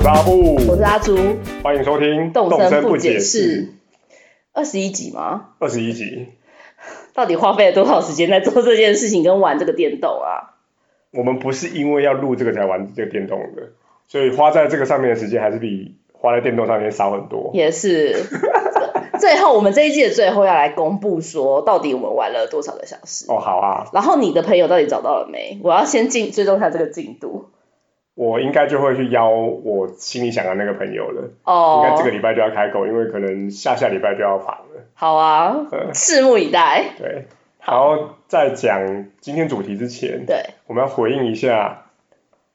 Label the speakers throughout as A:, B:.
A: 是阿布，
B: 我是阿朱，
A: 欢迎收听《
B: 动
A: 身
B: 身
A: 不
B: 不
A: 解
B: 解
A: 释
B: 释》二十一集吗？
A: 二十一集。
B: 到底花费了多少时间在做这件事情跟玩这个电动啊？
A: 我们不是因为要录这个才玩这个电动的，所以花在这个上面的时间还是比花在电动上面少很多。
B: 也是， 最后我们这一季的最后要来公布说，到底我们玩了多少个小时。
A: 哦，好啊，
B: 然后你的朋友到底找到了没？我要先进追踪一下这个进度
A: 我应该就会去邀我心里想的那个朋友了，
B: 哦。
A: 应该这个礼拜就要开口，因为可能下下礼拜就要访了。
B: 好啊，
A: 嗯
B: 拭目以待。
A: 对，然后在讲今天主题之前，
B: 对，
A: 我们要回应一下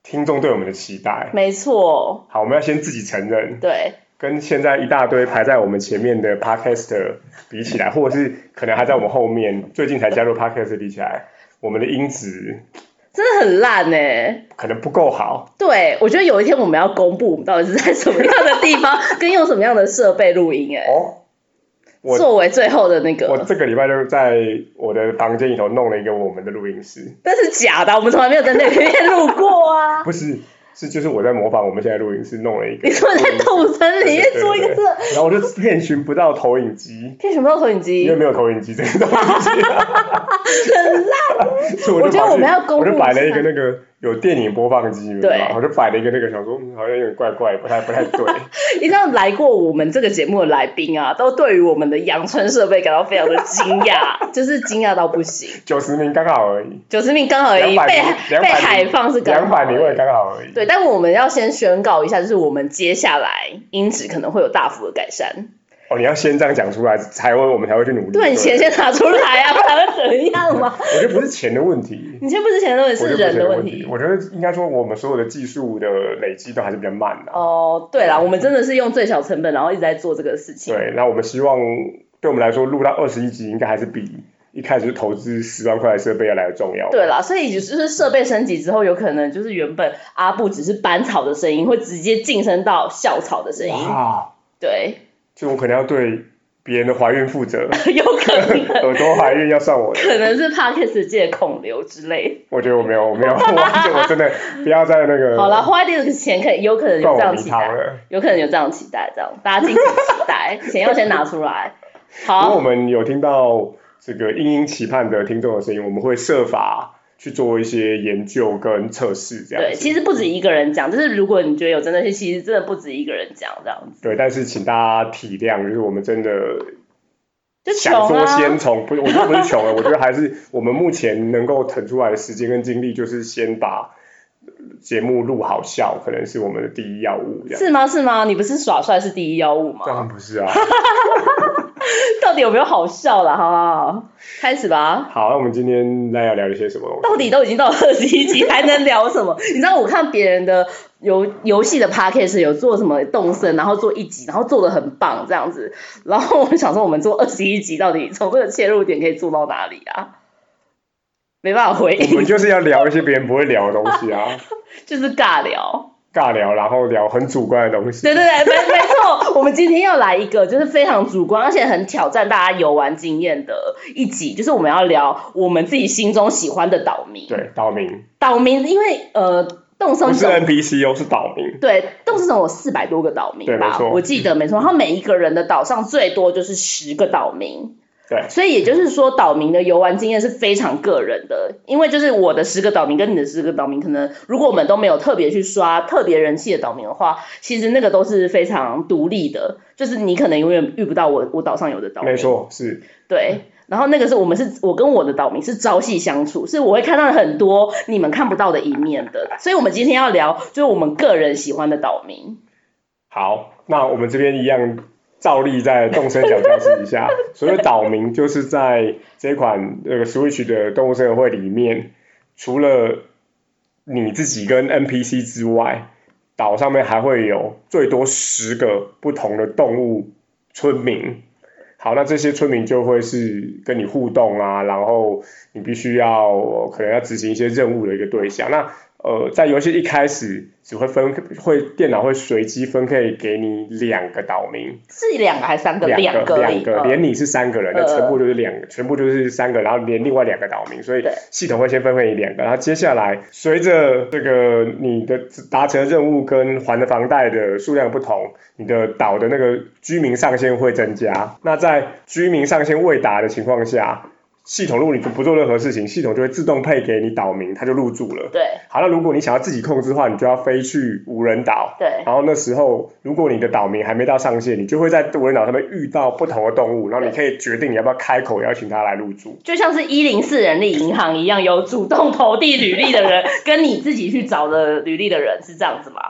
A: 听众对我们的期待。
B: 没错，
A: 好，我们要先自己承认，
B: 对，
A: 跟现在一大堆排在我们前面的 podcaster 比起来，或者是可能还在我们后面，最近才加入 podcast 比起来，我们的音质
B: 真的很烂呢、欸
A: 可能不够好。
B: 对，我觉得有一天我们要公布我们到底是在什么样的地方， 跟用什么样的设备录音、哎、
A: 哦，我
B: 作为最后的那
A: 我
B: 个，
A: 这个礼拜就在我的房间里头弄了一个我们的录音室，
B: 但是假的，我们从来没有在那里面录过啊。
A: 不是，是就是我在模仿我们现在录音室弄了一个
B: 你
A: 录音室，
B: 说你在土森里面做一个
A: 嗯对对
B: 这，
A: 然后我就 遍寻不到投影机。
B: 骗什么投影
A: 因为
B: 机？
A: 没有投影机这 个东西，
B: 很烂。
A: 所以我
B: 我
A: 就
B: 觉得
A: 摆
B: 我们
A: 了
B: 要公
A: 我就
B: 布
A: 摆了一
B: 一
A: 个
B: 下
A: 那个有电影播放机，你知道
B: 对
A: 吗我就摆了一个那个，想说嗯好像有点怪怪，不太不太 对。
B: 你知道来过我们这个节目的来宾啊，都对于我们的阳春设备感到非常的惊讶，就是惊讶到不行。
A: 九十名刚好而已，
B: 九十名刚好而已，
A: 200
B: 被
A: 名200
B: 被
A: 名
B: 海放是刚
A: 两
B: 好
A: 百
B: 而已。
A: 名位刚好而已。
B: 对，但我们要先宣告一下，就是我们接下来音质可能会有大幅的改善。
A: 哦，你要先这样讲出来，才会我们才会去努力。
B: 对，你钱先拿出来啊，不然会怎样嘛？
A: 我觉得不是钱的问题，
B: 你先不是钱的问题，
A: 我觉得不
B: 是
A: 是
B: 人
A: 钱的
B: 问
A: 题
B: 题。。
A: 我觉得应该说我们所有的技术的累积都还是比较慢的、啊
B: 哦，对啦，我们真的是用最小成本，然后一直在做这个事情。
A: 嗯对，那我们希望对我们来说，录到二十一集应该还是比一开始就投资十万块的设备要来的重要。
B: 对啦，所以就是设备升级之后，有可能就是原本阿布只是班草的声音，会直接晋升到校草的声音。
A: 哇，
B: 对，
A: 就我可能要对别人的怀孕负责，
B: 有可能
A: 耳朵怀孕要算我的。
B: 可能是 podcast 界的孔流之 类。
A: 我觉得我没有，我没有，我我真的不要再那个
B: 好了，花一点钱可以，有可能
A: 灌嗯
B: 有这
A: 我
B: 样
A: 迷
B: 期
A: 汤
B: 待，
A: 了。
B: 有可能有这样期待，这样大家敬请期待，钱要先拿 出来。
A: 如果我
B: 好，
A: 们有听到这个殷殷期盼的听众的声音，我们会设法去做一些研究跟测试，这样
B: 对，
A: 子。
B: 其实不止一个人讲，就是如果你觉得有真的是，其实真的不止一个人讲这样子，
A: 对，但是请大家体谅，就是我们真的
B: 就
A: 想
B: 穷
A: 说
B: 啊。
A: 先从，不是，我觉得不是穷 了，我觉得还是我们目前能够腾出来的时间跟精力，就是先把呃节目录好笑，可能是我们的第一要务，这样。
B: 是吗？是吗？你不是耍帅是第一要务吗？
A: 当然不是啊。
B: 到底有没有好笑了？好好好，开始吧。
A: 好，那我们今天来要聊一些什么东西？
B: 到底都已经到二十一集，还能 聊什么？你知道我看别人的游游戏的 podcast 有做什么动森，然后做一集，然后做的很棒这样子。然后我想说，我们做二十一集，到底从这个切入点可以做到哪里啊？没办法回
A: 我们
B: 应，
A: 就是要聊一些别人不会聊的东西啊，
B: 就是尬聊。
A: 尬聊，然后聊很主观的东西。
B: 对对对，没没错，我们今天要来一个就是非常主观，而且很挑战大家游玩经验的一集，就是我们要聊我们自己心中喜欢的岛民。，
A: 对，岛民
B: 岛民因为呃，动
A: 不
B: 森
A: 是
B: 总
A: NPC 哦，是岛民。
B: 对动森总有四百多个岛
A: 对
B: 民
A: 没
B: 吧
A: 错，
B: 我记得没 错，它每一个人的岛上最多就是十个岛民。
A: 对
B: 所以也就是说，岛民的游玩经验是非常个人的，因为就是我的十个岛民跟你的十个岛民，可能如果我们都没有特别去刷特别人气的岛民的话，其实那个都是非常独立的，就是你可能永远遇不到我我岛上有的岛民。
A: 没错，是
B: 对，然后那个是我们是我跟我的岛民是朝夕相处，是我会看到很多你们看不到的一面的，所以我们今天要聊就是我们个人喜欢的岛民。
A: 好。那我们这边一样照例在动身小教室一下，所谓岛民就是在这款那个 Switch 的动物森友会里面，除了你自己跟 NPC 之外，岛上面还会有最多十个不同的动物村民。好，那这些村民就会是跟你互动啊，然后你必须要可能要执行一些任务的一个对象。那呃，在游戏一开始只会分会电脑会随机分配给你两个岛民，
B: 是两个还是三个？
A: 两
B: 个而
A: 两
B: 已，
A: 个，
B: 嗯
A: 连你是三个人，那
B: 呃
A: 全部就是两个，全部就是三个，然后连另外两个岛民，所以
B: 对
A: 系统会先分配你两个，然后接下来随着这个你的达成的任务跟还的房贷的数量不同，你的岛的那个居民上限会增加。那在居民上限未达的情况下，系统如果你不做任何事情，系统就会自动配给你岛民，它就入住了。
B: 对
A: 好，那如果你想要自己控制的话，你就要飞去无人岛。
B: 对
A: 然后那时候，如果你的岛民还没到上限，你就会在无人岛上面遇到不同的动物，然后你可以决定你要不要开口邀请它来入 住。
B: 就像是一零四人力银行一样，有主动投递履历的人，跟你自己去找的履历的人是这样子吗？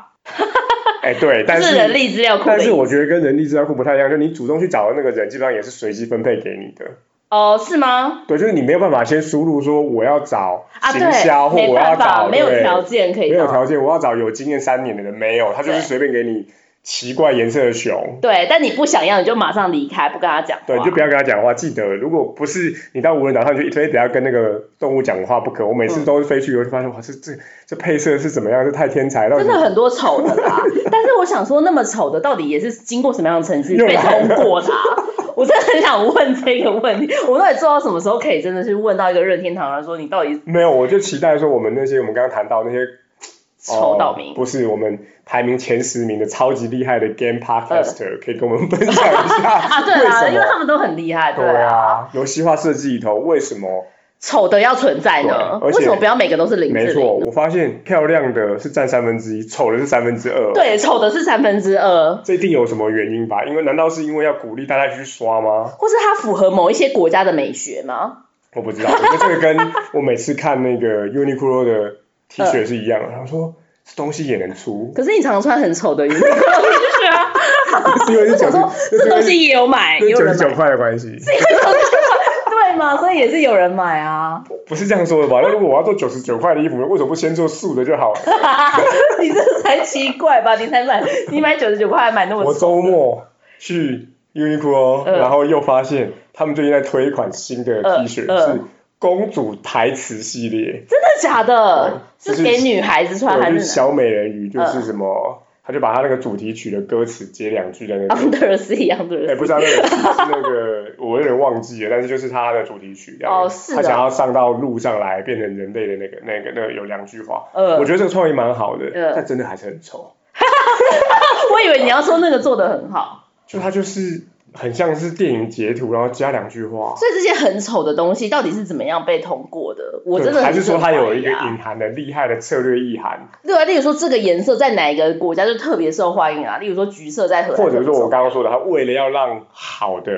A: 哎，对，但
B: 是人
A: 是
B: 力资料库的
A: 但
B: 意
A: 是
B: 思
A: 我觉得跟人力资料库不太一样，就你主动去找的那个人，基本上也是随机分配给你的。
B: 哦，是吗？
A: 对，就是你没有办法先输入说我要找
B: 啊，
A: 行销
B: 对，
A: 或
B: 没
A: 我要
B: 办
A: 找
B: 法，没有
A: 对
B: 条件可以
A: 没有
B: 到。
A: 条件，我要找有经验三年的人，没有，他就是
B: 对
A: 随便给你奇怪颜色的熊。
B: 对，但你不想要，你就马上离开，不跟他讲话。
A: 对，你就不要跟他讲话。记得，如果不是你到无人岛上去，一非得要跟那个动物讲话不可。我每
B: 嗯
A: 次都是飞去以后就发现，哇，这这这配色是怎么样？这太天才了！
B: 真的很多丑 的啦，但是我想说，那么丑的到底也是经过什么样的程序
A: 又
B: 被
A: 来了
B: 通过的啊、 我真的很想问这个问题，我到底做到什么时候可以真的是问到一个任天堂来说，你到底
A: 没有，我就期待说我们那些我们刚刚谈到那些
B: 丑到名？
A: 哦不是我们排名前十名的超级厉害的 game podcaster，、可以跟我们分享一下
B: 嗯啊，对
A: 为
B: 啊，
A: 什
B: 因为他
A: 么？
B: 们都很厉害，对
A: 对
B: 啊，
A: 啊，游戏化设计里头为什么？
B: 丑的要存在呢，
A: 对而且
B: 为什么不要每个都是林
A: 没
B: 志
A: 错，
B: 玲？
A: 我发现漂亮的是占三分之一，丑的是三分之二。
B: 对，丑的是三分之二，
A: 这一定有什么原因吧？因为难道是因为要鼓励大家去刷吗？
B: 或是它符合某一些国家的美学吗？
A: 我不知道，我觉得这个跟我每次看那个 Uniqlo 的 T 恤是一样
B: 嗯
A: 的。他说这东西也能 出，
B: 可是你常常穿很丑的衣服， 你就觉得
A: 是因为是九
B: 想啊
A: 十，
B: 说这东西也有买，也有
A: 九
B: 人
A: 十九
B: 买，
A: 块的关 系，
B: 对嘛？所以也是有人买啊。
A: 不是这样说的吧？那如果我要做九十九块的衣服，为什么不先做素的就 好了？
B: 你这才奇怪吧？你才买，你买九十九块还买那
A: 我
B: 么
A: 周末去 Uniqlo，
B: 嗯
A: 然后又发现他们最近在推一款新的 T
B: 嗯
A: 恤，
B: 嗯
A: 是公主台词系列，
B: 真的假的？
A: 对
B: 是给女孩子穿还
A: 有就是
B: 是嗯
A: 小美人鱼，就是什么，他就把他那个主题曲的歌词接两句在那边。
B: under the sea under
A: 哎、
B: the
A: 不
B: sea？
A: 是、啊、那个，是那个，我有点忘记了，但是就是他的主题曲，这样
B: 哦是啊
A: 他想要上到路上来，变成人类的那个、那个、那个有两句话，
B: 呃
A: 我觉得这个创意蛮好的，
B: 嗯
A: 但真的还是很丑，
B: 我以为你要说那个做的很好，
A: 就他就是很像是电影截图，然后加两句话，
B: 所以这些很丑的东西到底是怎么样被通过的？我
A: 对
B: 真的
A: 还
B: 很
A: 是说他有一个
B: 疑啊
A: 隐含的厉害的策略意涵，
B: 对啊，例如说这个颜色在哪一个国家就特别受欢迎啊？例如说橘色在荷兰，
A: 或者说我刚刚说的，他为了要让好的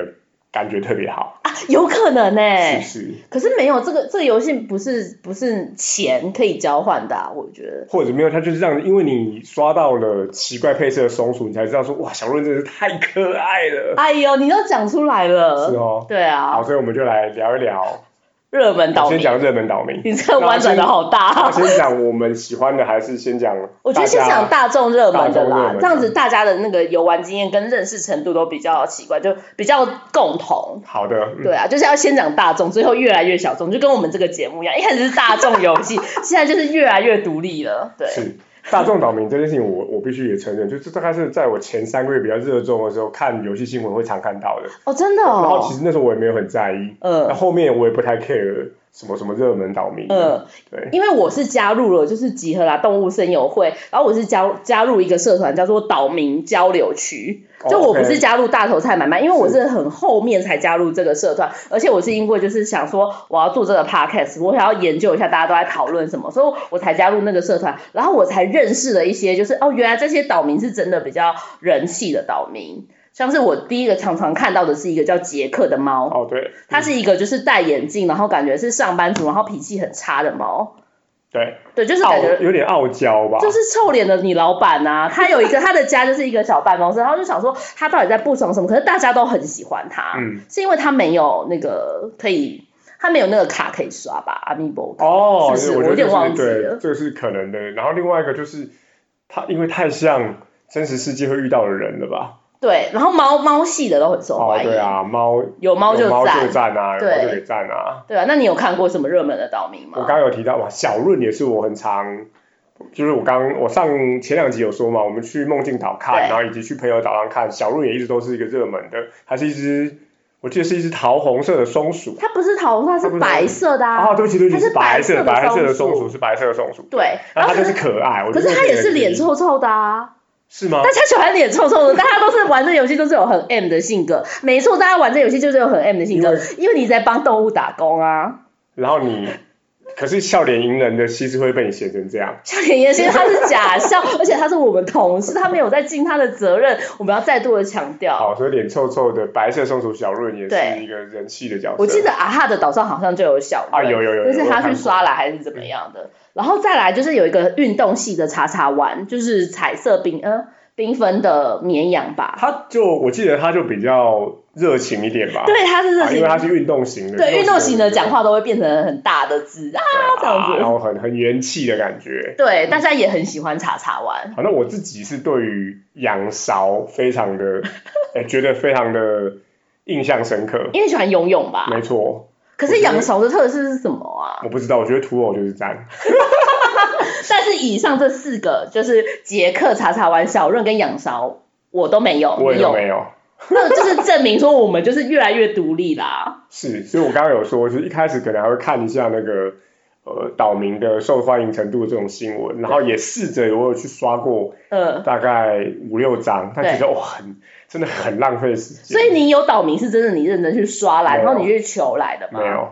A: 感觉特别好，
B: 啊，有可能呢、
A: 是不是？
B: 可是没有这个这个游戏不是不是钱可以交换的、啊，我觉得。
A: 或者没有，他就是让，因为你刷到了奇怪配色的松鼠，你才知道说，哇，小润真的是太可爱了。
B: 哎呦，你都讲出来了。
A: 是哦
B: 对
A: 好，
B: 啊，
A: 所以我们就来聊一聊，
B: 热门
A: 我
B: 岛
A: 先
B: 民，
A: 讲热门岛 民。
B: 你这个弯转的好大、
A: 那
B: 啊。
A: 先讲我们喜欢的，还是先讲？
B: 我觉得先讲。大众热门
A: 大
B: 的
A: 众热
B: 啦
A: 门，的
B: 这样子大家的那个游玩经验跟认识程度都比较奇怪，就比较共同。
A: 好的，嗯
B: 对啊，就是要先讲大众，最后越来越小众，就跟我们这个节目一样，一开始是大众游戏， 现在就是越来越独立了。对，
A: 是大众岛民这件事情我，我必须也承认，就是大概是在我前三个月比较热衷的时候，看游戏新闻会常看到的。
B: 哦，真的
A: 然后
B: 哦
A: 其，实那时候我也没有很在意，那
B: 嗯
A: 后面我也不太 care 什么什么热门岛民。
B: 嗯，
A: 对，
B: 因为我是加入了就是集合啦动物森友会，然后我是加加入一个社团叫做岛民交流区，就我不
A: 哦 OK
B: 是加入大头菜买卖，因为我是很后面才加入这个社团，而且我是因为就是想说我要做这个 podcast，我想要研究一下大家都在讨论什么，所以我才加入那个社团，然后我才认识了一些就是哦，原来这些岛民是真的比较人气的岛民。像是我第一个常常看到的是一个叫杰克的猫，
A: 哦对，
B: 它是一个就是戴眼镜，然后感觉是上班族，然后脾气很差的猫。
A: 对，
B: 对，就是
A: 傲
B: 感觉
A: 有点傲娇吧，
B: 就是臭脸的你老板呐、他有一个他的家就是一个小办公室，然后就想说他到底在不爽什么，可是大家都很喜欢他，
A: 嗯
B: 是因为他没有那个可以，他没有那个卡可以刷吧，阿米博。
A: 哦，
B: 是不是
A: 我觉
B: 我有
A: 得就
B: 点
A: 是
B: 忘记
A: 对
B: 了
A: 这个是可能的。然后另外一个就是，它因为太像真实世界会遇到的人了吧？
B: 对，然后猫猫系的都很受
A: 哦，
B: 欢迎，
A: 对啊，猫
B: 有猫
A: 有
B: 就
A: 猫
B: 赞，
A: 赞啊，有
B: 对
A: 猫就给赞啊。
B: 对啊，那你有看过什么热门的岛民吗？
A: 我刚刚有提到嘛，小润也是我很常就是我刚我上前两集有说嘛，我们去梦境岛看，
B: 对
A: 然后以及去朋友岛上看，小鹿也一直都是一个热门的，它是一只，我记得是一只桃红色的松鼠。
B: 它不是桃红，它是
A: 它不是
B: 白色的
A: 啊，
B: 啊。
A: 对不起，对不
B: 它
A: 起，
B: 是
A: 是白色的，
B: 白
A: 白
B: 色
A: 色
B: 的
A: 的
B: 松鼠
A: 松鼠是白色的松鼠，
B: 对，
A: 然
B: 然
A: 后
B: 后
A: 啊它
B: 可
A: 就是
B: 是
A: 可爱，我觉
B: 可
A: 得
B: 是它也是
A: 这个
B: 脸
A: 原因，
B: 臭臭的啊。
A: 是吗
B: 大？家喜欢脸臭臭的，大家都是玩这游戏都是有很 M 的性格，没错，大家玩这游戏就是有很 M 的性
A: 因
B: 格
A: 为，
B: 因为你在帮动物打工啊。
A: 然后你，可是笑脸迎人的西施会被你写成这样，
B: 笑脸爷，其实他是假笑， 而且他是我们同事，他没有在尽他的责任，我们要再度的强调。
A: 好，所以脸臭臭的白色松鼠小润也是
B: 对
A: 一个人气的角色。
B: 我记得啊哈的岛上好像就有小
A: 啊
B: 润
A: 有有有有
B: 就是
A: 我
B: 他
A: 看过嗯
B: 去刷来还是怎么样的，然后再来就是有一个运动系的茶茶丸，就是彩色缤呃缤纷的绵羊吧，
A: 他就我记得他就比较热情一点吧，
B: 对，他是这
A: 啊，因
B: 型
A: 为他是运动型的，
B: 对运动型的
A: 运
B: 讲话都会变成很大的字啊，
A: 对
B: 这样子
A: 然后很很元气的感觉。
B: 对，大家也很喜欢茶茶丸，
A: 好，那我自己是对于杨韶非常 的，哎，觉得非常的印象深刻。
B: 因为喜欢游泳吧。
A: 没错，
B: 可是养熟的特色是什么啊？
A: 我不知道，我觉得土偶就是赞。
B: 但是以上这四个就是杰克、查查完、小润跟仰韶，我都没有，
A: 我也
B: 你
A: 都
B: 有，
A: 没有。
B: 那就是证明说我们就是越来越独立啦。
A: 是，所以我刚刚有说，就是一开始可能还会看一下那个呃岛民的受欢迎程度的这种新闻，然后也试着我有去刷过
B: 呃，
A: 大概五六张，但
B: 对
A: 觉得哇很真的很浪费时间。
B: 所以你有岛民是真的你认真去刷来，
A: 没有
B: 然后你去求来的吗？
A: 没，有，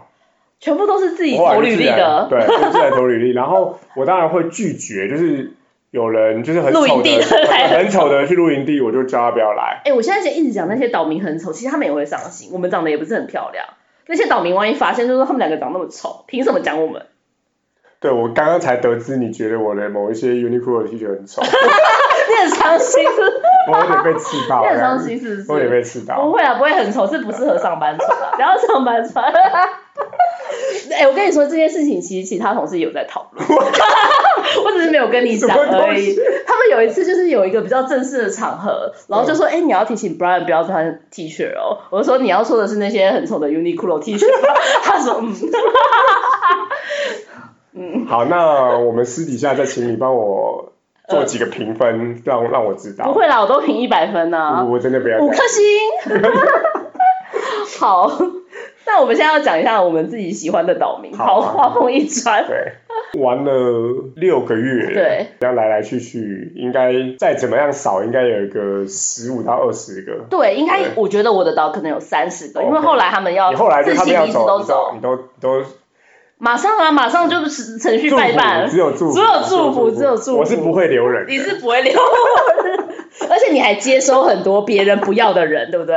B: 全部都是自己
A: 我后来
B: 投
A: 就
B: 履
A: 自
B: 历
A: 然
B: 的。
A: 对，就自然投履历。然后我当然会拒绝，就是有人就是很
B: 露
A: 丑
B: 营地的来了
A: 很丑的去露营地，我就叫他不要来。
B: 哎、我现在就一直讲那些岛民很丑，其实他们也会伤心。我们长得也不是很漂亮，那些岛民万一发现，就说他们两个长那么丑，凭什么讲我们？
A: 对，我刚刚才得知你觉得我的某一些 Uniqlo 的 T 恤很丑，
B: 你很伤心是不是？
A: 我有点被刺到
B: 你
A: 了，
B: 很伤心是不是？
A: 我有点被刺到。
B: 不会啊，不会很丑，是不适合上班穿啊，不要上班穿。 哎、我跟你说这件事情，其实其他同事也有在讨 论，我只是没有跟你讲
A: 什么
B: 而
A: 东
B: 已
A: 西。
B: 他们有一次就是有一个比较正式的场合，然后就说，哎、你要提醒 Brian 不要穿 T 恤哦。我就说你要说的是那些很丑的 Uniqlo T 恤吗，他说嗯，
A: 好，那我们私底下再请你帮我做几个评分，让让我知
B: 不
A: 道。
B: 会啦，我都评一百分
A: 我
B: 啊，
A: 我真的不要这
B: 五
A: 样。
B: 颗星。 好，那我们现在要讲一下我们自己喜欢的岛民，
A: 好
B: 好，
A: 啊
B: 话锋一 转，
A: 对，玩了六个月，，
B: 对。
A: 这样来来去去，应该再怎么样少，应该有一个十五到二十个。
B: 对，应该
A: 对
B: 我觉得我的岛可能有三十个，因为
A: OK
B: 后来他们要
A: 你后来就
B: 自
A: 他
B: 己
A: 们要
B: 离职
A: 走，
B: 都
A: 你都
B: 走，
A: 你都你都
B: 马上啊，马上就是程序
A: 祝
B: 拜拜
A: 福，只，有祝福，
B: 只有祝福只有祝福
A: 我是不会留人的，
B: 你是不会留我的， 而且你还接收很多别人不要的人，对不对？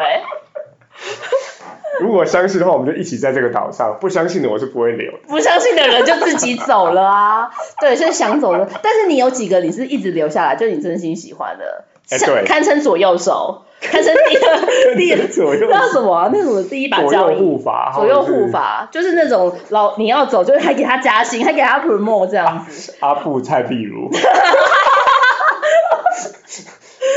A: 如果相信的话，我们就一起在这个岛上；不相信的，我是不会留。
B: 不相信的人就自己走了啊，对，就是想走了。但是你有几个你是一直留下来，就你真心喜欢的，
A: 哎对
B: 堪称左右手，堪称第 二第二，
A: 左右
B: 那什么啊，那什么第一把
A: 左
B: 交
A: 右
B: 椅。
A: 护法，
B: 左右护法就是那种老你要走，就是还给他加薪，还给他 promote 这样子。
A: 阿布蔡壁 如，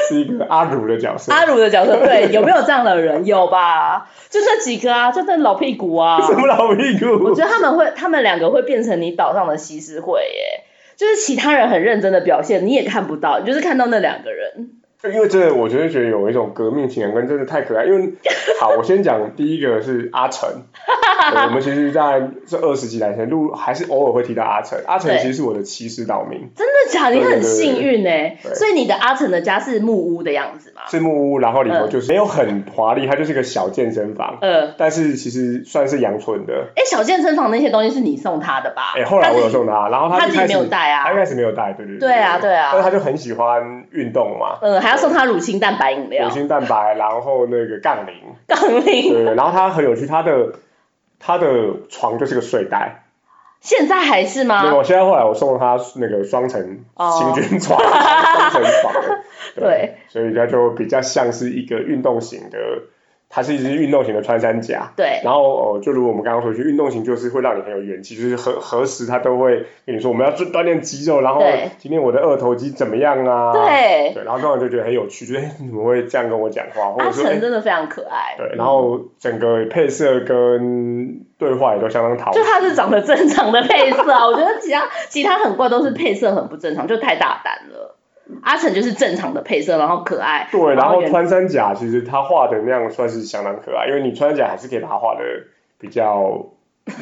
A: 是一个阿如的角色。
B: 阿如的角色，对，有没有这样的人？有吧？就那几个啊，就那老屁 股啊。
A: 什么老屁
B: 我
A: 股？
B: 觉得他们会，他们两个会变成你岛上的西施会耶，就是其他人很认真的表现，你也看不到，你就是看到那两个人。
A: 因为这，我觉得觉得有一种革命情感，跟真的太可爱。因为 好，我先讲第一个是阿 成，对我们其实在这二十几年前录，还是偶尔会提到阿成。阿成
B: 对
A: 其实是我的骑士岛民，
B: 真的假的？你
A: 对对
B: 很
A: 对
B: 幸运哎
A: 对，
B: 所以你的阿成的家是木屋的样子嘛？
A: 是木屋，然后里头就是没有很华丽，它就是个小健身房，
B: 呃，
A: 但是其实算是阳春的。
B: 哎，小健身房那些东西是你送他的吧？
A: 哎、后来我有
B: 他自己
A: 送他，然后
B: 他
A: 一
B: 自己
A: 开
B: 没有
A: 始
B: 带
A: 他一
B: 啊。
A: 开始没有带，对对
B: 对啊，对
A: 但是
B: 啊，
A: 他就很喜欢运动嘛，
B: 嗯，还要送他乳清蛋白饮
A: 乳
B: 料，
A: 清蛋白，然后那个杠铃，
B: 杠铃。
A: 对，然后他很有趣，他的他的床就是个睡袋。
B: 现在还是吗？
A: 那么我现在后来我送了他那个双层
B: 啊哦
A: 行军 床，双层床，
B: 对，
A: 所以他就比较像是一个运动型的它是一只运动型的穿山甲。
B: 对，
A: 然后呃，就如我们刚刚说去，运动型就是会让你很有元气，就是何何时它都会跟你说我们要去锻炼肌肉，然后
B: 对
A: 今天我的二头肌怎么样啊？
B: 对，
A: 对，然后当然就觉得很有趣，觉得哎你怎么会这样跟我讲话，或
B: 阿
A: 者说
B: 成
A: 哎
B: 真的非常可爱。
A: 对，然后整个配色跟对话也都相当讨
B: 就
A: 喜。
B: 它是长得正常的配色啊，我 觉得其他其他很怪都是配色很不正常，就太大胆了。阿成就是正常的配色，然后可爱，
A: 对，然后
B: 圆
A: 穿山甲其实他画的那样算是相当可爱，因为你穿山甲还是可以把它画的比较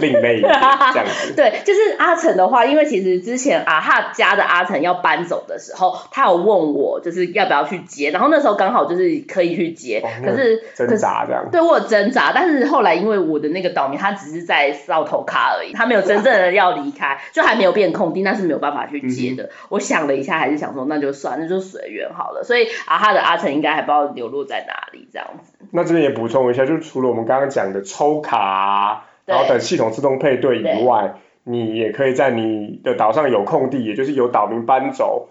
A: 另类一 点这样子。
B: 对，就是阿成的话，因为其实之前啊哈家的阿成要搬走的时候，他有问我就是要不要去接，然后那时候刚好就是可以去接，
A: 哦那
B: 可是
A: 挣扎这样，
B: 对我有挣扎，但是后来因为我的那个岛民他只是在扫头咖而已，他没有真正的要离开，就还没有变空地，但是没有办法去接
A: 嗯
B: 的。我想了一下，还是想说那就算，那就随缘好了。所以啊哈的阿成应该还不知道流落在哪里这样子。
A: 那这边也补充一下，就是除了我们刚刚讲的抽卡啊、
B: 对
A: 然后等系统自动配对以外，你也可以在你的岛上有空地，也就是有岛民搬走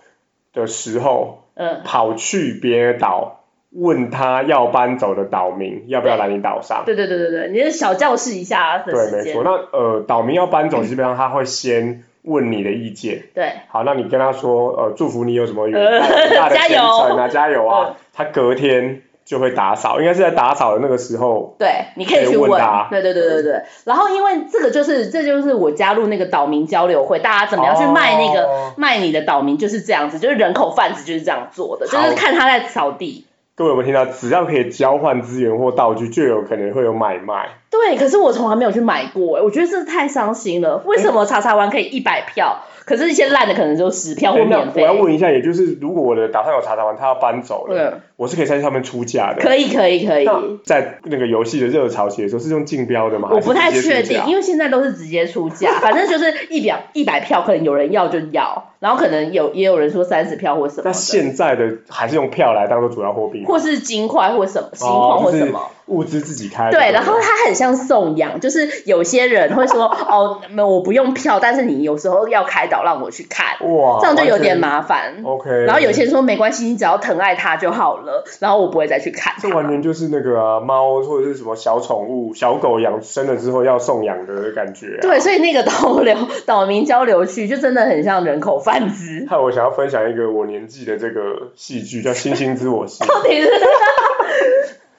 A: 的时候，
B: 嗯，
A: 跑去别的岛问他要搬走的岛民要不要来你岛上。
B: 对对对对对，你是小教室一下啊的
A: 对，
B: 时
A: 没
B: 间
A: 错。，那呃，岛民要搬走，基本上他会先问你的意见。
B: 对
A: 好，那你跟他说，呃，祝福你有什么远
B: 呃
A: 大 的
B: 加
A: 前
B: 油
A: 程啊，加油啊
B: 嗯！
A: 他隔天就会打扫，应该是在打扫的那个时候，
B: 对，你可
A: 可
B: 以
A: 以
B: 去
A: 问
B: 问，
A: 他嗯
B: 对对对对对。然后因为这个就是这就是我加入那个岛民交流会，大家怎么样去卖那个。
A: 哦
B: 卖你的岛民就是这样子，就是人口贩子就是这样做的，就
A: 好
B: 是看他在扫地。
A: 各位有没有听到？只要可以交换资源或道具，就有可能会有买卖。
B: 对，可是我从来没有去买过、欸，我觉得这太伤心了。为什
A: 哎
B: 么查查湾可以一百票，可是一些烂的可能就十票或
A: 哎诶那
B: 哦免
A: 我
B: 费
A: 要？问一下，也就是如果我的打算有查查完，他要搬走了，
B: 嗯，
A: 我是可以在上面出价的。
B: 可以可以可以，
A: 那在那个游戏的热潮期的时候，是用竞标的吗？
B: 我不太
A: 还是直接
B: 确
A: 出价
B: 定，因为现在都是直接出价，反正就是一表一百票，可能有人要就要，然后可能有也有人说三十票或什么
A: 那
B: 的，
A: 现在的还是用票来当做主要货币吗，
B: 或是金块或什么
A: 哦
B: 金矿或什么。
A: 物资自己开。
B: 对，
A: 不
B: 然后它很像送养，就是有些人会说哦，没有我不用票，但是你有时候要开导让我去看，
A: 哇，
B: 这样就有点
A: 完
B: 麻烦
A: 全。。OK。
B: 然后有些人说没关系，你只要疼爱它就好了，然后我不会再去看
A: 这完
B: 它。
A: 全就是那个啊猫、或者是什么小宠物、小狗养生了之后要送养的感觉、啊。
B: 对，所以那个导流岛民交流区就真的很像人口贩子，
A: 害我想要分享一个我年纪的这个戏剧，叫《星星知我心》，
B: 到底是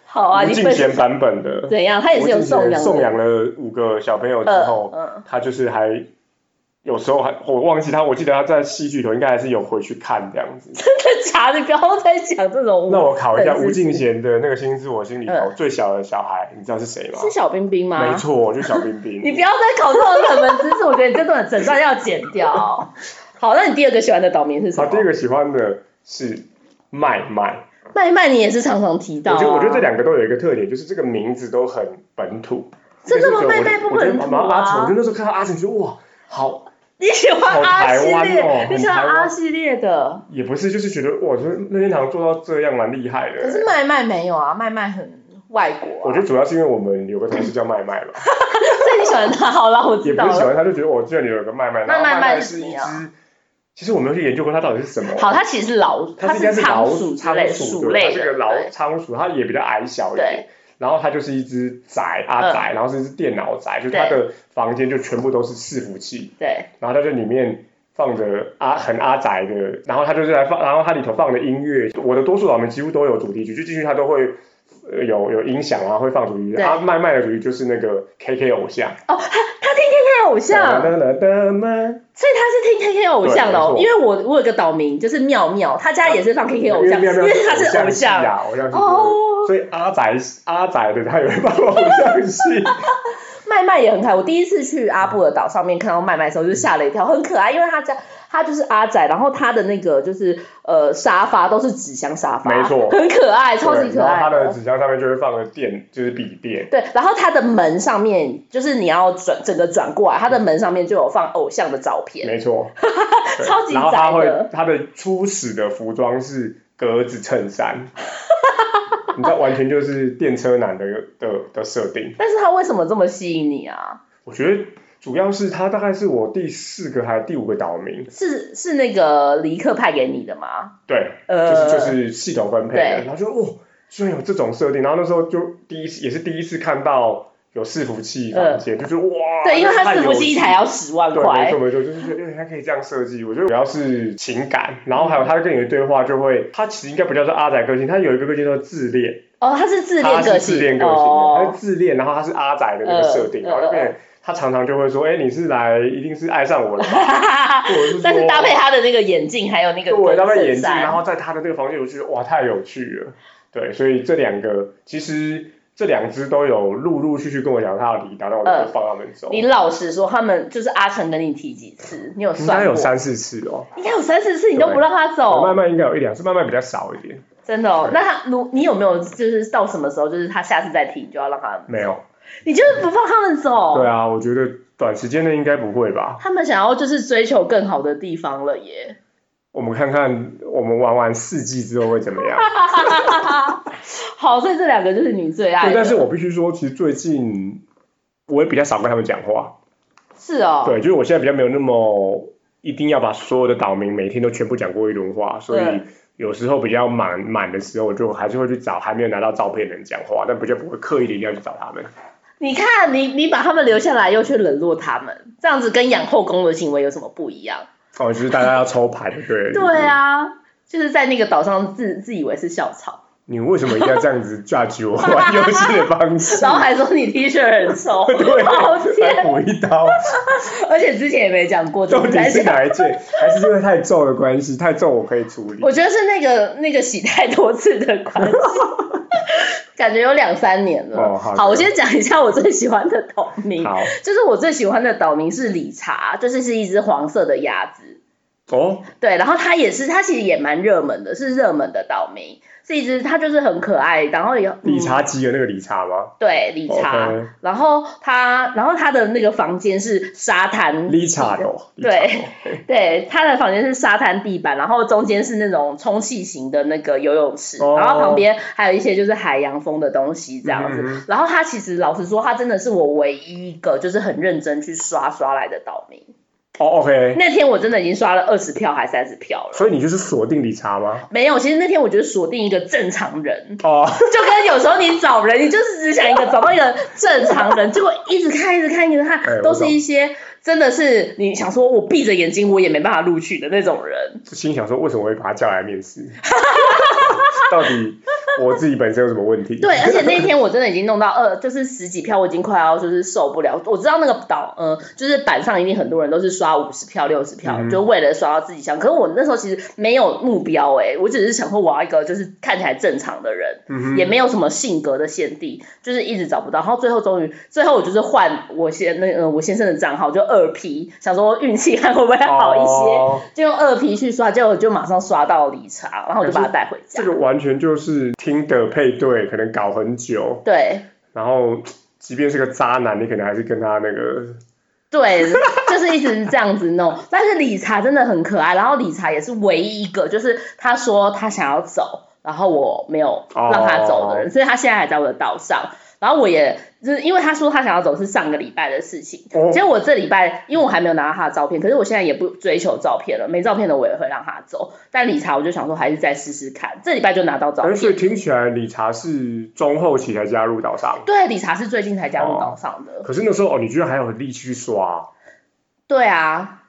B: 好啊，
A: 吴
B: 你
A: 敬
B: 分
A: 贤版本的。
B: 怎样？他也是有
A: 吴敬贤
B: 送养的，
A: 送养了五个小朋友之
B: 嗯
A: 后，
B: 嗯，
A: 他就是还有时候还我忘记他，我记得他在戏剧头应该还是有回去看这样子。
B: 真的假的？不要再讲这种
A: 那我考一下
B: 粉丝
A: 吴敬贤的那个《星知我心》里头最小的小孩，你知道是谁吗？
B: 嗯是小冰冰吗？
A: 没错，就是小冰
B: 你
A: 冰。
B: 不要再搞这种冷门知识，我觉得你这段整段要剪掉。好，那你第二个喜欢的岛民是什
A: 好，
B: 么？
A: 第一个喜欢的是麦麦，
B: 麦麦，你也是常常提到、啊。
A: 我觉得我觉得这两个都有一个特点，就是这个名字都很本土。
B: 真的吗
A: 就是我
B: 麦麦不本土啊
A: 我觉得阿成，我就那时候看到阿成，就哇，好，
B: 你喜欢阿系
A: 好台
B: 列，
A: 湾哦
B: 你喜欢
A: 很台湾
B: 阿系列的，
A: 也不是，就是觉得哇，就是任天堂做到这样蛮厉害
B: 可
A: 的。欸
B: 是麦麦没有啊，麦麦很外国、
A: 我
B: 啊
A: 觉，得主要是因为我们有个同事叫麦麦吧，
B: 所以你喜欢他。好了，我
A: 也
B: 知
A: 不
B: 道
A: 是喜
B: 了。
A: 欢，他就觉得我哦居然有个麦麦，然
B: 那
A: 后
B: 麦麦
A: 麦麦
B: 是
A: 是
B: 怎
A: 一
B: 样
A: 只，其实我没有去研究过它到底是什么。
B: 好，他其实是老，
A: 它
B: 是
A: 应该是
B: 仓
A: 老
B: 鼠之类
A: 仓鼠对
B: 鼠
A: 它
B: 类
A: 是
B: 的，
A: 个老
B: 对
A: 仓鼠，它也比较矮小一点
B: 对。
A: 然后它就是一只宅阿
B: 嗯
A: 宅，然后是一只电脑宅，就是它的房间就全部都是伺服器，
B: 对
A: 然后它这里面放着阿很阿宅的，然后它就是来放，然后它里头放的音乐，我的多数老们几乎都有主题曲，就进去它都会。呃有有音响啊，会放主题曲。
B: 对
A: 啊，麦麦的主题就是那个 KK 偶像，
B: 哦，他他听 K K 偶啊像，
A: 哒哒哒哒
B: 所以他是听 K K 偶像的、哦，
A: 对没错
B: 因为我我有个岛民就是妙妙，他家也是放 K K 偶像，
A: 因为
B: 因为他是偶
A: 系
B: 像。
A: 啊，偶像系
B: 哦
A: 所以阿宅阿宅的他也会帮我偶像系，
B: 麦麦也很可爱，我第一次去阿布尔岛上面看到麦麦的时候就吓了一跳，很可爱，因为他家他就是阿仔，然后他的那个就是呃沙发都是纸箱沙发，
A: 没错
B: 很可爱，超级可
A: 然后
B: 爱
A: 他的纸箱上面就会放了电，就是笔电。
B: 对，然后他的门上面就是你要转整个转过来，他的门上面就有放偶像的照片，
A: 没错，对
B: 超级
A: 然后他
B: 宅
A: 会
B: 的
A: 他的初始的服装是格子衬衫，你知道完全就是电车男的的的设定。
B: 但是他为什么这么吸引你啊？
A: 我觉得主要是他大概是我第四个还是第五个岛民，
B: 是是那个尼克派给你的吗？
A: 对，
B: 呃，
A: 就是就是系统分配的，
B: 对
A: 然后就哦，居然有这种设定。然后那时候就第一次也是第一次看到有伺服器房间，就是哇，
B: 呃对，因为它
A: 太
B: 伺服
A: 有
B: 器一
A: 趣
B: 台要十万
A: 对，没
B: 块
A: 错，没错，就是觉得哎，它可以这样设计。我觉得主要是情感，然后还有他跟你的对话就会，他其实应该不叫做阿仔个性，他有一个个性叫做自恋，
B: 哦，它是自
A: 他
B: 恋
A: 是
B: 个
A: 自恋
B: 性
A: 个性的，他
B: 哦
A: 是，自恋，然后他是阿仔的那个设定，
B: 嗯
A: 然后就变成他常常就会说，哎，你是来一定是爱上我了吧， 或者是说
B: 但是搭配他的那个眼镜还有那个
A: 对，搭配眼
B: 衬
A: 镜，
B: 衫
A: 然后在他的那个房间，我就觉得哇，太有趣了。对，所以这两个其实这两只都有陆陆续续跟我讲他的离达，但我就
B: 嗯
A: 放他们走，
B: 你老实说，他们就是阿成跟你提几次，你有
A: 应该
B: 算
A: 有
B: 过？
A: 三四次哦。
B: 应该有三四次，你都
A: 对
B: 不让他
A: 慢
B: 走，
A: 慢应该有一两次，慢慢比较少一点，
B: 真的哦
A: 对。
B: 那他如你有没有就是到什么时候，就是他下次再提，你就要让他，
A: 没有。
B: 你就是不放他们走。
A: 对啊，我觉得短时间内应该不会吧。
B: 他们想要就是追求更好的地方了耶。
A: 我们看看，我们玩完四季之后会怎 么样？
B: 好，所以这两个就是你最爱
A: 对，
B: 的。
A: 但是我必须说，其实最近我也比较少跟他们讲话。
B: 是哦，
A: 对，就是我现在比较没有那么一定要把所有的岛民每天都全部讲过一轮话，所以
B: 对
A: 有时候比较满满的时候，我就还是会去找还没有拿到照片的人讲话，但比较不会刻意的一定要去找他们。
B: 你看你你把他们留下来，又去冷落他们，这样子跟养后宫的行为有什么不一样？。
A: 哦，就是大家要抽牌，对
B: 对。啊，就是在那个岛上自自以为是校草，
A: 你为什么一定要这样子 judge 我玩游戏的方式
B: 然？后还说你 T 恤很丑，
A: 对，
B: 好
A: 来
B: 贱，
A: 补一刀，
B: 而且之前也没讲过，怎
A: 到
B: 么
A: 底
B: 才
A: 是
B: 讲？
A: 哪一件？还是因为太皱的关系？太皱我可以处理。
B: 我觉得是那个那个洗太多次的关 系。感觉有两三年了。
A: 哦好的
B: 我先讲一下我最喜欢的岛民，
A: 好
B: 就是我最喜欢的岛民是理查，就是是一只黄色的鸭子。
A: 哦，
B: 对，然后它也是，它其实也蛮热门的，是热门的岛民，是一只它就是很可爱，然后也、嗯、
A: 理查基的那个理查吗？哦
B: 对理查
A: OK
B: 然后它然后它的那个房间是沙滩
A: 理查哦的，
B: 对对，它的房间是沙滩地板，然后中间是那种充气型的那个游泳池
A: 哦
B: 然后旁边还有一些就是海洋风的东西这样子。
A: 嗯
B: 然后它其实老实说，它真的是我唯一一个就是很认真去刷刷来的岛民。
A: 哦，OK，
B: 那天我真的已经刷了二十票还三十票了。
A: 所以你就是锁定理查吗？
B: 没有，其实那天我觉得锁定一个正常人，
A: 哦，
B: 就跟有时候你找人，你就是只想一个找到一个正常人，结 果一直看，一直看，一直
A: 哎我
B: 看，
A: 懂
B: 都是一些真的是你想说我闭着眼睛我也没办法录取的那种人。
A: 心想说为什么会把他叫来面试？ 到底我自己本身有什么问题？
B: 对，而且那天我真的已经弄到二，就是十几票，我已经快要就是受不了。我知道那个岛，呃，就是板上一定很多人都是刷五十票、六十票，
A: 嗯
B: 就为了刷到自己想。可是我那时候其实没有目标、欸，我只是想说我要一个就是看起来正常的人。
A: 嗯哼
B: 也没有什么性格的限定，就是一直找不到。然后最后终于，最后我就是换我先那呃我先生的账号，就二 P，想说运气看会不会好一些，
A: 哦
B: 就用二 P 去刷，结果就马上刷到理查，然后我就把他带回家。
A: 这个完全就是听的配对，可能搞很久，
B: 对
A: 然后即便是个渣男，你可能还是跟他那个
B: 对，就是一直这样子弄。 但是理查真的很可爱，然后理查也是唯一一个，就是他说他想要走，然后我没有让他走的人，所以他现在还在我的岛上。然后我也就是因为他说他想要走是上个礼拜的事情，
A: 哦
B: 其实我这礼拜，因为我还没有拿到他的照片，可是我现在也不追求照片了，没照片的我也会让他走。但理查，我就想说还是再试试看，这礼拜就拿到照
A: 哎，所以
B: 片。
A: 听起来理查是中后期才加入岛上，
B: 对，理查是最近才加入岛上的。
A: 可是那时候哦，你居然还有力气去刷，
B: 对啊，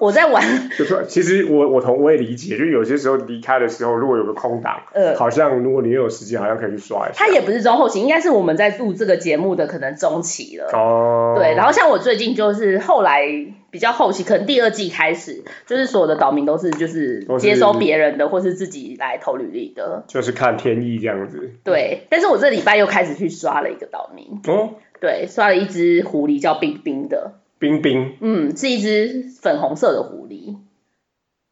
B: 我在玩，
A: 就是其实我我同我也理解，就有些时候离开的时候，如果有个空档，
B: 呃，
A: 好像如果你有时间，好像可以去刷一下。
B: 他也不是中后期，应该是我们在录这个节目的可能中期了。
A: 哦，
B: 对，然后像我最近就是后来比较后期，可能第二季开始，就是所有的岛民都是就是
A: 都是
B: 接收别人的，或是自己来投履历的。
A: 就是看天意这样子。
B: 对，但是我这礼拜又开始去刷了一个岛民。
A: 哦，
B: 对，刷了一只狐狸叫冰冰的，
A: 冰冰，
B: 嗯，是一只粉红色的狐狸，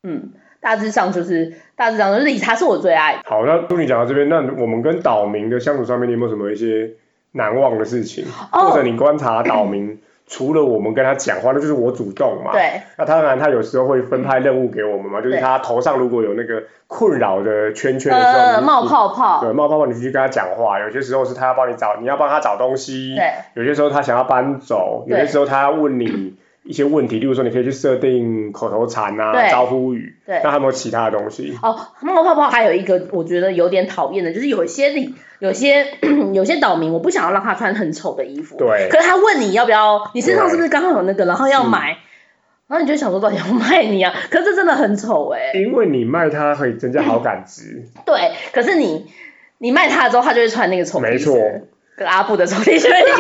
B: 嗯，大致上就是大致上就是理查是我最爱。
A: 好，那祝你讲到这边，那我们跟岛民的相处上面，你有没有什么一些难忘的事情，
B: 哦
A: 或者你观察岛民，除了我们跟他讲话，那就是我主动嘛。。
B: 对，
A: 那当然，他有时候会分派任务给我们嘛，就是
B: 嗯对
A: 他头上如果有那个困扰的圈圈的时候，
B: 呃，
A: 你就
B: 冒泡泡，
A: 对，冒泡泡你去跟他讲话，有些时候是他要帮你找，你要帮他找东西，
B: 对
A: 有些时候他想要搬走，有
B: 对
A: 些时候他要问你一些问题，例如说你可以去设定口头禅啊、
B: 对
A: 招呼语，
B: 对
A: 那还有没有其他的东西？
B: 哦，冒泡泡还有一个我觉得有点讨厌的，就是有一些里有些 有些岛民，我不想要让他穿很丑的衣服，
A: 对
B: 可是他问你要不要，你身上
A: 对嗯
B: 是不是刚好有那个，然后要买，然后你就想说到底要卖你啊， 可是这真的很丑哎、
A: 因为你卖它可以增加好感 值，
B: 对，可是你你卖他了之后，他就会穿那个丑 T 恤，
A: 没错，
B: 跟阿布的丑 T 恤一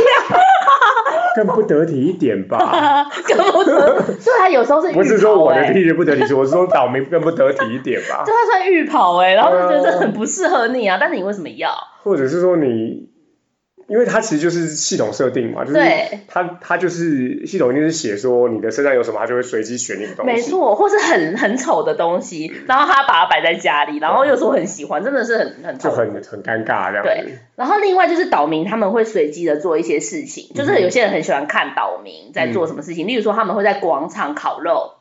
A: 更不得体一点 吧。
B: 样，啊跟不得，对他有时候是浴袍、欸，
A: 不是说我的地域不得体，我是说岛民更不得体一点吧
B: 就。他穿浴袍哎、然后就觉得
A: 对啊
B: 这很不适合你啊，但是你为什么要？
A: 或者是说你，因为它其实就是系统设定嘛，就是
B: 对
A: 它它就是系统一定是写说你的身上有什么，它就会随机选一个东西。嗯
B: 没错，或是很很丑的东西，然后他把它摆在家里，然后又说很喜欢，真的是很很
A: 就
B: 丑。
A: 很很尴尬这样子。
B: 然后另外就是岛民他们会随机的做一些事情，
A: 嗯
B: 就是有些人很喜欢看岛民在做什么事情，例如说他们会在广场烤肉，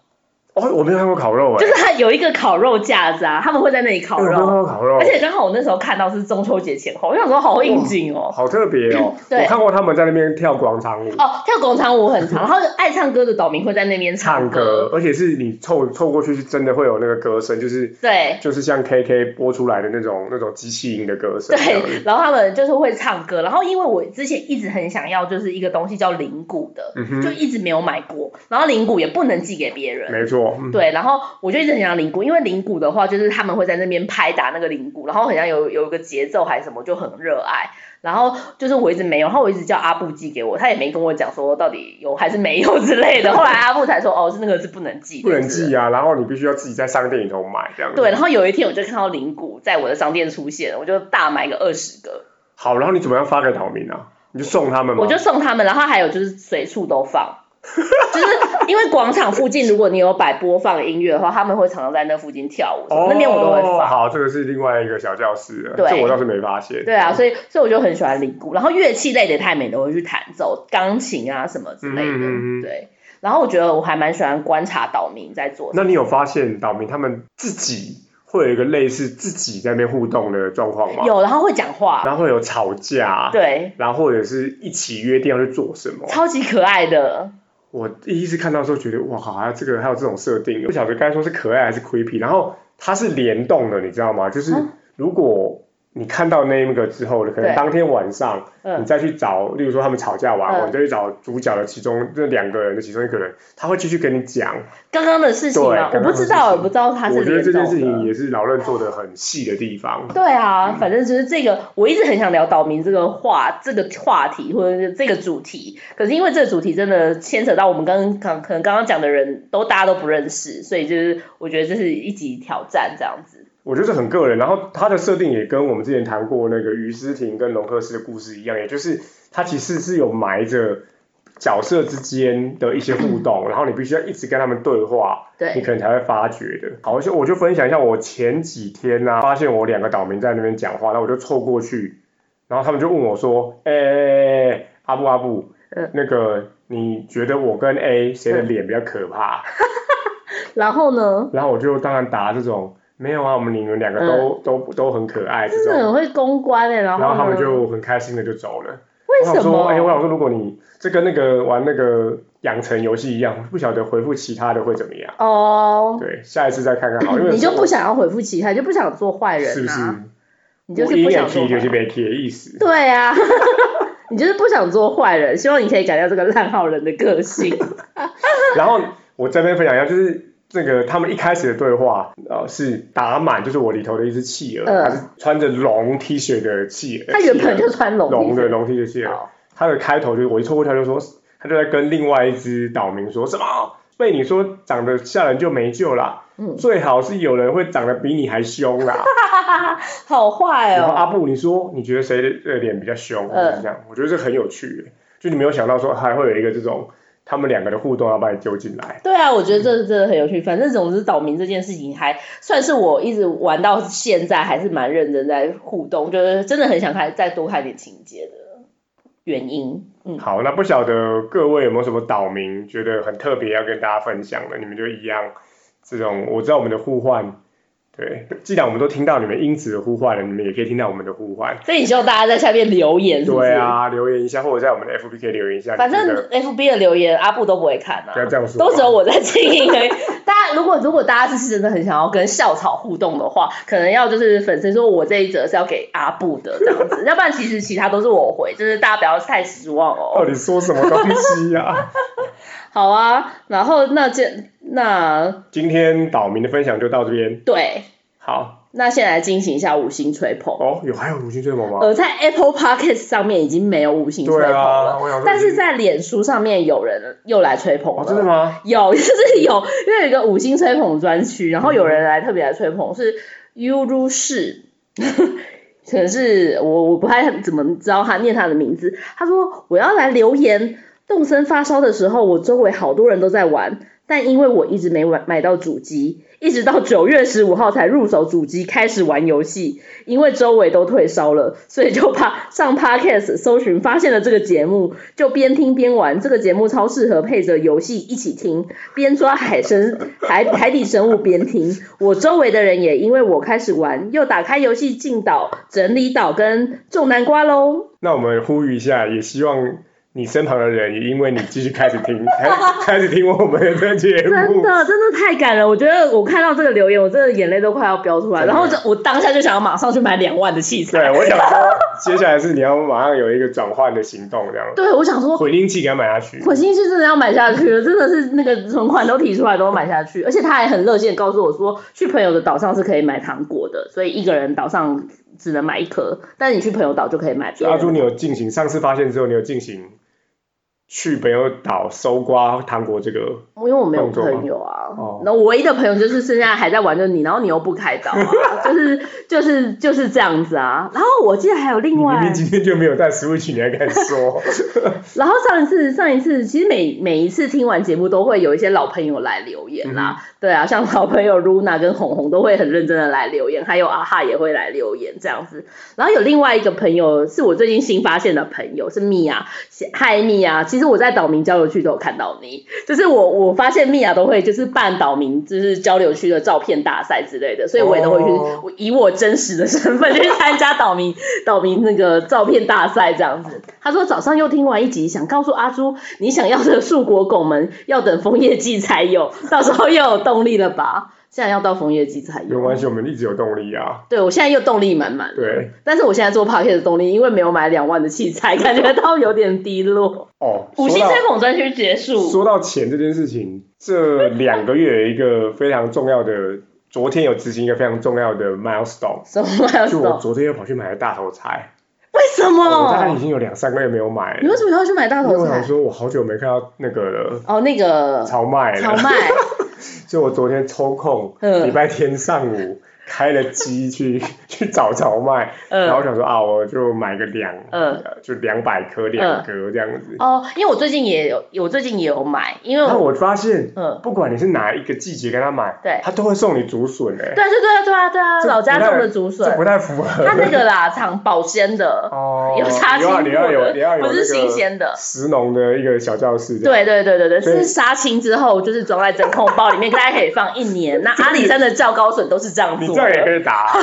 A: 哦，我没有看过烤肉哎、哎
B: 就是他有一个烤肉架子啊，他们会在那里烤
A: 我没有看
B: 肉。
A: 过烤肉
B: 而，且刚好我那时候看到是中秋节前后，我想说好应景哦。
A: 好特别哦。
B: 对
A: 我看过他们在那边跳广场舞、
B: 哦，跳广场舞很长，然后爱唱歌的岛民会在那边
A: 唱
B: 歌
A: 歌，而且是你凑凑过去是真的会有那个歌声，就是
B: 对，
A: 就是像 KK 播出来的那种那种机器音的歌声这样子。
B: 对，然后他们就是会唱歌，然后因为我之前一直很想要，就是一个东西叫灵骨的，
A: 嗯
B: 就
A: 哼，
B: 一直没有买过，然后灵骨也不能寄给别人。
A: 没错，嗯
B: 对，然后我就一直很想要灵骨，因为灵骨的话，就是他们会在那边拍打那个灵骨，然后很像有有一个节奏还是什么，就很热爱。然后就是我一直没有，然后我一直叫阿布寄给我，他也没跟我讲说到底有还是没有之 类的。后来阿布才说，哦，是那个是不能寄的，
A: 不能寄啊，然后你必须要自己在商店里头买这样子。
B: 对，然后有一天我就看到灵骨在我的商店出现，我就大买个二十个，
A: 好，然后你怎么样发给岛民啊？你就送他们吗？
B: 我就送他们，然后还有就是随处都放， 就是因为广场附近，如果你有摆播放音乐的话，他们会常常在那附近跳舞，
A: 哦，
B: 那边我都会放。
A: 好，这个是另外一个小教室了，
B: 对
A: 这我倒是没发现。
B: 对啊，所以所以我就很喜欢铃鼓，然后乐器类的他也没都会去弹奏，钢琴啊什么之类的，
A: 嗯嗯嗯嗯
B: 对。然后我觉得我还蛮喜欢观察岛民在做什么。
A: 那你有发现岛民他们自己会有一个类似自己在那边互动的状况吗？
B: 有，然后会讲话，
A: 然后会有吵架，
B: 对，
A: 然后或者是一起约定要去做什么。
B: 超级可爱的。
A: 我第一次看到的时候觉得，哇靠，还有这个还有这种设定，不晓得该说是可爱还是 creepy。然后它是联动的，你知道吗？就是
B: 啊
A: 如果你看到那一个之后，可能
B: 对
A: 当天晚上你
B: 嗯，
A: 再去找，例如说他们吵架完，
B: 嗯
A: 后你再去找主角的其中这两个人的其中一个人，他会继续跟你讲。
B: 刚刚的事情
A: 对
B: 嘛，我
A: 刚刚
B: 不
A: 的
B: 知
A: 事
B: 道，我
A: 情
B: 不知道他是
A: 我觉得
B: 联
A: 这
B: 动的。
A: 件事情也是老任做的很细的地方。
B: 对啊，反正就是这个，我一直很想聊岛民这个话这个话题或者是这个主题，可是因为这个主题真的牵扯到我们刚刚可能刚刚讲的人都大家都不认识，所以就是我觉得这是一级挑战这样子。
A: 我觉得这很个人，然后它的设定也跟我们之前谈过那个于思婷跟龙克斯的故事一样，也就是它其实是有埋着角色之间的一些互动，然后你必须要一直跟他们对话，你
B: 对，
A: 可能才会发觉的。好，就我就分享一下我前几天呢、发现我两个岛民在那边讲话，然后我就凑过去，然后他们就问我说：“哎、欸阿布阿布，
B: 嗯
A: 那个你觉得我跟 A 谁的脸比较可怕？” 嗯
B: 然后呢，
A: 然后我就当然答这种没有啊，我们你们两个都、都都很可爱这
B: 嗯真的
A: 种，
B: 哦很会公关哎、然
A: 然
B: 后
A: 后他们
B: 呢
A: 就很开心的就走了。
B: 为
A: 我
B: 什
A: 想说，
B: 么？
A: 哎，我想说，如果你这跟那个玩那个养成游戏一样，不晓得回复其他的会怎么样。
B: 哦，
A: 对，下一次再看看好，因为
B: 你就不想要回复其他，你就不想做坏人啊，
A: 是不是？
B: 你就是
A: 一
B: 不
A: 脸
B: 想
A: 皮
B: 做坏
A: 就
B: 人
A: 是被贴意思。
B: 对啊， 你就是不想做坏人，希望你可以改掉这个烂好人的个性。
A: 然后我这边分享一下，就是这个他们一开始的对话，呃，是打满，就是我里头的一只企鹅，
B: 嗯
A: 它是穿着龙 T 恤的企鹅。
B: 他原本
A: 企鹅
B: 就穿龙
A: 龙的
B: 皮鞋，
A: 龙 T 恤企鹅。
B: 好
A: 他的开头就是我一错过他就说，他就在跟另外一只岛民说什么被你说长得吓人就没救啦，
B: 嗯，
A: 最好是有人会长得比你还凶啦。
B: 好坏
A: 然后阿
B: 哦，
A: 布，你说你觉得谁的呃脸比较凶？
B: 嗯
A: 就是这样，我觉得这很有趣，就你没有想到说还会有一个这种他们两个的互动要把你揪进来。
B: 对啊，我觉得这真的很有趣。反正总之岛民这件事情还算是我一直玩到现在还是蛮认真在互动，就是真的很想看再多看点情节的原因。嗯，
A: 好，那不晓得各位有没有什么岛民觉得很特别要跟大家分享的？你们就一样，这种我知道我们的互换对，既然我们都听到你们因子的呼唤了，你们也可以听到我们的呼唤。
B: 所以你希望大家在下面留言，是不是？
A: 对，啊，留言一下，或者在我们的 FB 可以留言一下。
B: 反
A: 你
B: 正
A: 觉得
B: FB 的留言阿布都不会看啊
A: 不。要这样说，
B: 都只有我在经 营而已。大家如果如果大家是真的很想要跟校草互动的话，可能要就是粉丝说我这一则是要给阿布的这样子，要不然其实其他都是我回， 就是大家不要太失望
A: 到
B: 哦。
A: 底说什么东西啊呀、
B: 好啊，然后那这那
A: 今天岛民的分享就到这边，
B: 对，
A: 好
B: 那先来进行一下五星吹捧。
A: 哦，有还有如今最猛吗？
B: 呃，在 Apple Podcast 上面已经没有五星吹
A: 对
B: 捧了，
A: 啊，我想说，
B: 但是在脸书上面有人又来吹捧了。
A: 哦，真的吗？
B: 有， 就是有，因为有一个五星吹捧专区，然后有人来特别来吹捧是 Uru 氏， 可能是我我不太怎么知道他念他的名字。他说我要来留言，动森发烧的时候，我周围好多人都在玩，但因为我一直没买买到主机，一直到九月十五号才入手主机开始玩游戏，因为周围都退烧了，所以就怕 上 podcast 搜寻发现了这个节目，就边听边玩。这个节目超适合配着游戏一起听，边抓海参、 海海底生物边听。我周围的人也因为我开始玩，又打开游戏进岛、整理岛跟种南瓜喽。
A: 那我们呼吁一下，也希望你身旁的人也因为你继续开始 听，开开始听我们的节
B: 真
A: 目。
B: 的，真的太感人！我觉得我看到这个留言，我真的眼泪都快要飙出来。
A: 真的
B: 然后就我当下就想要马上去买两万的器材。
A: 对，我想说，接下来是你要马上有一个转换的行动，这样
B: 对，我想说
A: 混音器给它买下去。
B: 我心是真的要买下去了，真的是那个存款都提出来都买下去，而且他还很热线告诉我说，去朋友的岛上是可以买糖果的，所以一个人岛上只能买一颗，但你去朋友岛就可以买别
A: 所以阿
B: 人
A: 朱，
B: 的。
A: 你有进行上次发现之后，你有进行去北友岛搜刮糖果这个，
B: 因为我没有
A: 动作吗
B: 朋友啊
A: 哦，
B: 那、我唯一的朋友就是现在还在玩的你，然后你又不开岛、啊，就是就是就是这样子啊。然后我记得还有
A: 你
B: 另
A: 明
B: 外
A: 明，今天就没有带 Switch，你还敢 说？
B: 然后上一次上一次，其实每每一次听完节目都会有一些老朋友来留言啦，对啊，像老朋友 Luna 跟红红都会很认真的来留言，还有阿哈也会来留言这样子。然后有另外一个朋友是我最近新发现的朋友是米娅，嗨米娅，其实我在岛民交流区都有看到你，就是我我发现米娅都会就是办岛民就是交流区的照片大赛之类的，所以我也都会去、
A: 哦
B: 我以我真实的身份去参加岛民 岛民那个照片大赛这样子。他说早上又听完一集，想告诉阿朱，你想要的树果拱门要等枫叶季才有，到时候又有动力了吧？现在要到枫叶季才
A: 没有啊
B: 有。
A: 关系，我们一直有动力啊。
B: 对，我现在又动力满满了。
A: 对，
B: 但是我现在做 p o c k e t 的动力，因为没有买两万的器材，感觉到有点低落。
A: 哦，
B: 五
A: 说
B: 星
A: 到
B: 吹捧专区结束。
A: 说到钱这件事情，这两个月有一个非常重要的，昨天有执行一个非常重要的 milestone，
B: 什么还有什
A: 就我
B: 么？
A: 昨天又跑去买了大头菜，
B: 为什
A: 我大概已
B: 么？
A: 经有两三个月没有买
B: 哦你
A: 了
B: 为，什么要去买大
A: 因为
B: 头
A: 我想
B: 菜？
A: 说我好久没看到那个了，
B: 哦，那个
A: 超卖了，
B: 炒麦，
A: 所以我昨天抽空，
B: 嗯
A: 礼拜天上午开了机去 去找潮卖，然后
B: 嗯。
A: 想说啊，我就买个两，
B: 嗯
A: 呃就两百颗两格这样子。
B: 哦，因为我最近也有，我最近也有买，因为
A: 然后
B: 我
A: 我发现，
B: 嗯，
A: 不管你是哪一个季节跟他买，
B: 对
A: 他都会送你竹笋哎，
B: 对啊，对对啊，对啊，对啊，
A: 这
B: 老家
A: 不太
B: 种的竹
A: 这
B: 笋，
A: 不太符合。
B: 它那个啦， 厂保鲜的，
A: 哦，
B: 有杀青
A: 你要
B: 过
A: 你要有你要
B: 的，
A: 有
B: 不
A: 那
B: 是新
A: 个
B: 鲜的。
A: 石农的一个小教室这样，
B: 对对对对对，
A: 所以
B: 是杀青之后就是装在真空包里面，大家可以放一年。那阿里山的较高笋都是这样
A: 你
B: 做
A: 这样也
B: 的。
A: 可以 打。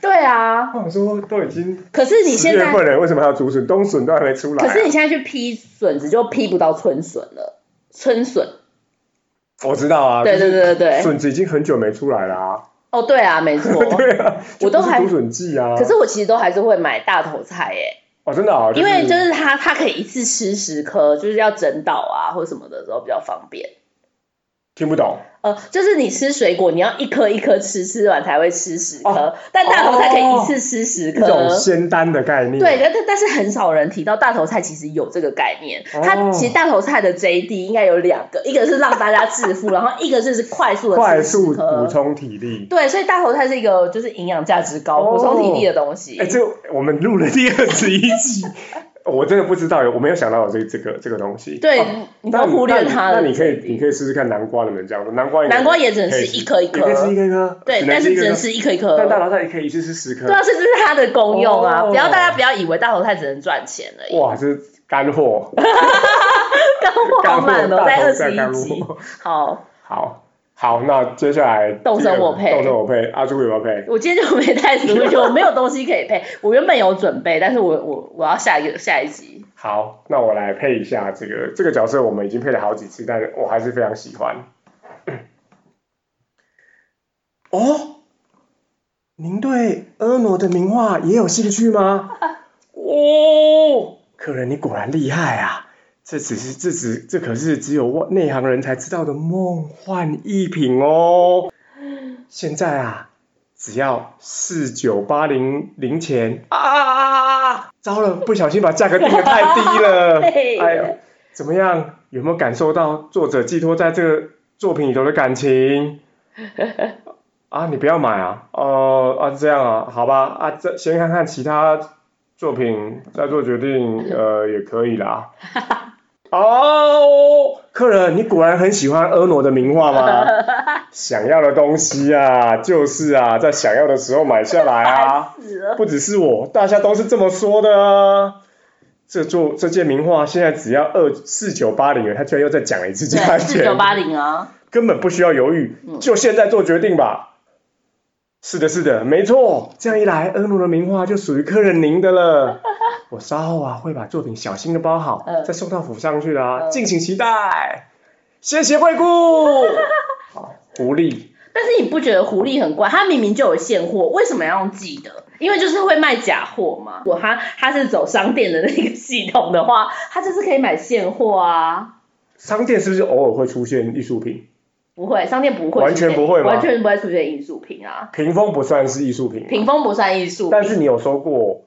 B: 对啊，
A: 我想说都已经
B: 可是你
A: 十
B: 现
A: 月
B: 在，
A: 份啊了，为什么还有竹笋？冬笋都还没出来啊。
B: 可是你现在去批笋子就批不到春笋了，春笋。
A: 我知道啊，
B: 对对对对对
A: 笋子已经很久没出来了啊。
B: 哦，对啊，没错。
A: 对啊，
B: 我都还
A: 就不是竹笋季啊。
B: 可是我其实都还是会买大头菜耶，
A: 哦，真的啊，
B: 因为就是是它它可以一次吃十颗，就是要整岛啊或什么的时候比较方便。
A: 听不懂
B: 呃，就是你吃水果，你要一颗一颗吃，吃完才会吃十颗，
A: 哦
B: 但大头菜可以一次吃十
A: 一
B: 颗。
A: 种仙丹的概念。
B: 呃对，，但但但是很少人提到大头菜其实有这个概念。它
A: 哦
B: 其实大头菜的 JD 应该有两个，一个是让大家致 富，然后一个就是快速的
A: 快速补
B: 补充。
A: 充体力。
B: 对，所以大头菜是一个就是营养价值高、
A: 哦
B: 补充体力的东西。
A: 哎，这我们录了第二十一集，我真的不知道有，我没有想到有这这个这个东西。
B: 对，
A: 哦
B: 你不要
A: 那
B: 忽略
A: 那
B: 它
A: 那
B: 了。
A: 你可以，你可以试试看南瓜能不能这样做。南瓜也
B: 南瓜也只能
A: 可以
B: 吃一颗一
A: 也可以吃一
B: 颗，
A: 颗一颗，
B: 对，
A: 能
B: 但
A: 吃
B: 是
A: 一颗
B: 只
A: 一
B: 能
A: 颗。
B: 吃一颗一
A: 但大
B: 颗。
A: 头菜也可以一次吃十颗
B: 对。啊，所以这是它的功用啊！
A: 哦
B: 不要大家不要以为大头菜只能赚钱而 已。
A: 哇，这是干货，
B: 干货
A: 干
B: 好
A: 货，
B: 满哦，
A: 大
B: 在
A: 头
B: 二
A: 菜
B: 十一
A: 干
B: 集。
A: 货。
B: 好，
A: 好，好，那接下来
B: 动身我配
A: 动身我配，阿朱有没有配？
B: 我今天就没带 Switch，我没有东西可以配。我原本有准备，但是我我我要下一个下一集。。
A: 好，那我来配一下这个这个角色，我们已经配了好几次，但我还是非常喜欢。哦，您对婀娜的名画也有兴趣吗？哦，客人你果然厉害啊！这只是这只这可是只有外内行人才知道的梦幻逸品哦。现在啊，只要四九八零零钱啊啊啊啊啊啊！糟了，不小心把价格定的太低了
B: 嘿
A: 哎呦，怎么样？有没有感受到作者寄托在这个作品里头的感情？啊，你不要买啊！哦、啊，这样啊，好吧，啊，这先看看其他作品，再做决定，呃，也可以 啦。哦，客人，你果然很喜欢婀娜的名画吗？ 想要的东西啊，就是啊，在想要的时候买下来 啊。
B: 烦死了！
A: 不只是我，大家都是这么说的啊。这座这件名画现在只要二四九八零了，他居然又再讲了一次价
B: 对，四九
A: 钱，
B: 八零啊，
A: 根本不需要犹豫，
B: 嗯
A: 就现在做决定吧。是的，是的，没错。这样一来，婀娜的名画就属于客人您的 了。我稍后啊会把作品小心的包好，
B: 嗯
A: 再送到府上去啦、
B: 嗯
A: 敬请期待。谢谢 惠顾。好，狐狸，
B: 但是你不觉得狐狸很怪？它明明就有现货，为什么要用寄的？因为就是会卖假货嘛。如果它它是走商店的那个系统的话，它就是可以买现货啊。
A: 商店是不是偶尔会出现艺术品？
B: 不会，商店不会
A: 完全
B: 出现
A: 不会吗
B: 完全不会出现艺术品啊。
A: 屏风不算是艺术品吗。啊
B: 屏风不算艺术品，
A: 但是你有收过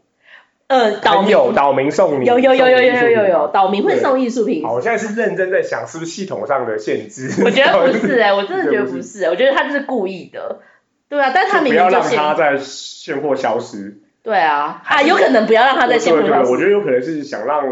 B: 呃，岛
A: 朋
B: 民
A: 友岛民送你？
B: 有有有有
A: 送你
B: 有
A: 艺术
B: 有
A: 品
B: 有有，
A: 吗。
B: 岛民会送艺术品
A: 好，我现在是认真在想，是不是系统上的限制？
B: 我觉得不是
A: 就
B: 哎、我真的觉得不是、欸，我觉得他就是故意的。对啊，但 是他明
A: 不
B: 明
A: 要
B: 就
A: 让
B: 是
A: 它在现货消失。
B: 对啊啊，
A: 还是
B: 有可能不要让他在现
A: 对
B: 货
A: 对，
B: 上
A: 我觉
B: 市。
A: 得有可能是想让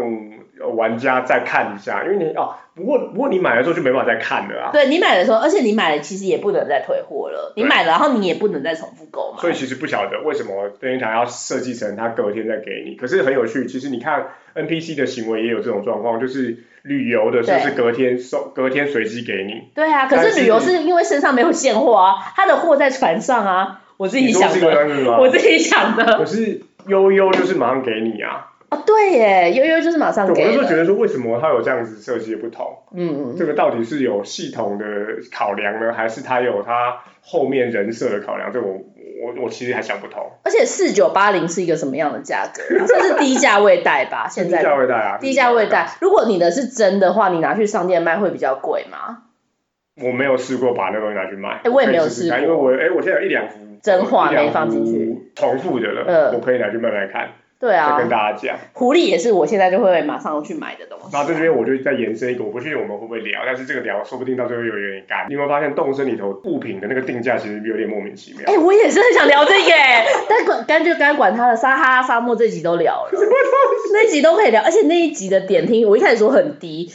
A: 玩家再看一下，因为你哦，不过不过你买的时候就没办法再看了啊，
B: 对你买的时候，而且你买了其实也不能再退货了，你
A: 对
B: 买了然后你也不能再重复购买。
A: 所以其实不晓得为什么任天堂要设计成它隔天再给你，可是很有趣。其实你看 NPC 的行为也有这种状况，就是旅游的是不是隔天送，隔天随机给你？
B: 对啊，可
A: 但
B: 是
A: 是
B: 旅游是因为身上没有现货啊，他的货在船上啊，我自己
A: 你说
B: 想
A: 是这个啊
B: 的，
A: 样子吗？
B: 我自己想 的。
A: 可是悠悠就是马上给你啊，
B: 哦，对耶，悠悠就是马上
A: 对，
B: 给
A: 我就觉
B: 了。
A: 得说为什么它有这样子设计的不同？
B: 嗯，嗯
A: 这个到底是有系统的考量呢，还是它有它后面人设的考量？这我我我其实还想不通。
B: 而且四九八零是一个什么样的价格 啊？这是低价位带吧？现在
A: 低价位带啊，
B: 低价位带，如果你的是真的话，你拿去商店卖会比较贵吗？
A: 我没有试过把那东西拿去卖。
B: 哎我也没有
A: 可以
B: 试过
A: 看因为我哎，我现在有一两幅
B: 真话
A: 一两
B: 没放进去
A: 幅重复的了，
B: 嗯
A: 我可以拿去慢慢看，
B: 对
A: 再跟
B: 啊，
A: 大家讲。
B: 狐狸也是我现在就会马上去买的东西
A: 那
B: 啊。
A: 这边我就再延伸一个，我不确定我们会不会聊，但是这个聊说不定到最后又有点干。你有没有发现动身里头物品的那个定价其实有点莫名其妙？
B: 哎、我也是很想聊这个哎、但管干脆该管他了，撒哈拉沙漠这集都聊 了，那集都可以聊，而且那一集的点听，我一开始说很低，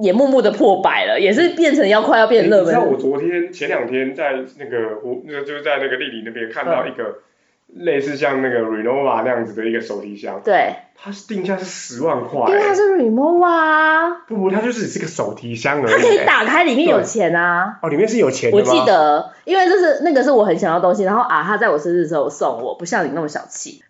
B: 也默默的破百了，也是变成要快要变热
A: 哎你知道我
B: 门。
A: 昨天前两天在那个我那个就是在那个丽丽那边看
B: 嗯
A: 到一个类似像那个 Renova 那样子的一个手提箱，
B: 对，
A: 它是定价是十万块、欸
B: 因为它是 remote 啊，
A: 不不，它就是只是个手提箱而已、欸
B: 它可以打开，里面有钱啊。
A: 哦，里面是有钱的
B: 我
A: 吗？
B: 记得，因为这是那个是我很想要的东西，然后啊，他在我生日的时候送我，不像你那么小气。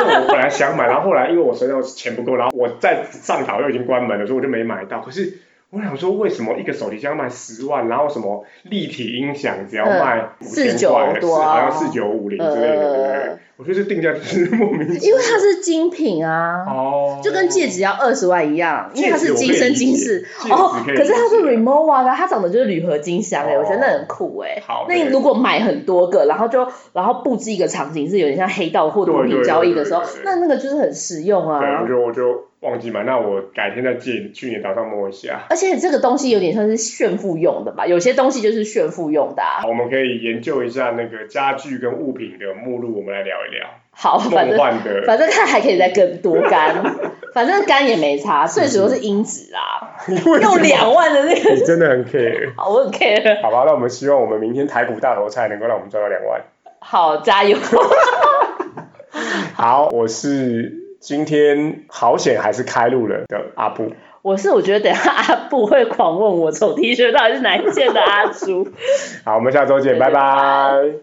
A: 因为我本来想买，然后后来因为我身上钱不够，然后我在上岛又已经关门了，所以我就没买到。可是我想说，为什么一个手提箱卖十万，然后什么立体音响只要卖五千块，
B: 49多啊
A: 好像四九五零之类的，对不对
B: 呃？
A: 我觉得这定价就是莫名其妙。
B: 因为它是精品啊，
A: 哦，
B: 就跟戒指要二十万一样，因为它是
A: 戒指我可以
B: 今
A: 理解
B: 生今世。
A: 戒指
B: 哦，
A: 可以
B: 可是它是
A: 理解
B: remova 啊，它长得就是铝合金箱哎、
A: 哦
B: 我觉得那很酷哎、
A: 好
B: 那你
A: 对
B: 如果买很多个，然后就然后布置一个场景，是有点像黑道或毒品交易的时候
A: 对对对对，
B: 那那个就是很实用
A: 对，我
B: 啊。
A: 就我就忘记买，那我改天再借去年岛上摸一下。
B: 而且这个东西有点像是炫富用的吧，有些东西就是炫富用的、啊。
A: 好我们可以研究一下那个家具跟物品的目录，我们来聊一聊
B: 好，反
A: 梦
B: 正
A: 幻的
B: 反正它还可以再更多干，反正干也没差，最主要是音质啊， 用两万的那个，
A: 你真的很 care。
B: 好，我很 care，
A: 好吧，那我们希望我们明天台股大头菜能够让我们赚到两万。
B: 好加油，
A: 好，我是今天好险还是开路了的阿布，
B: 我是我觉得等一下阿布会狂问我丑 T 恤到底是哪一件的阿朱。嗯
A: 好，我们下周见，拜拜。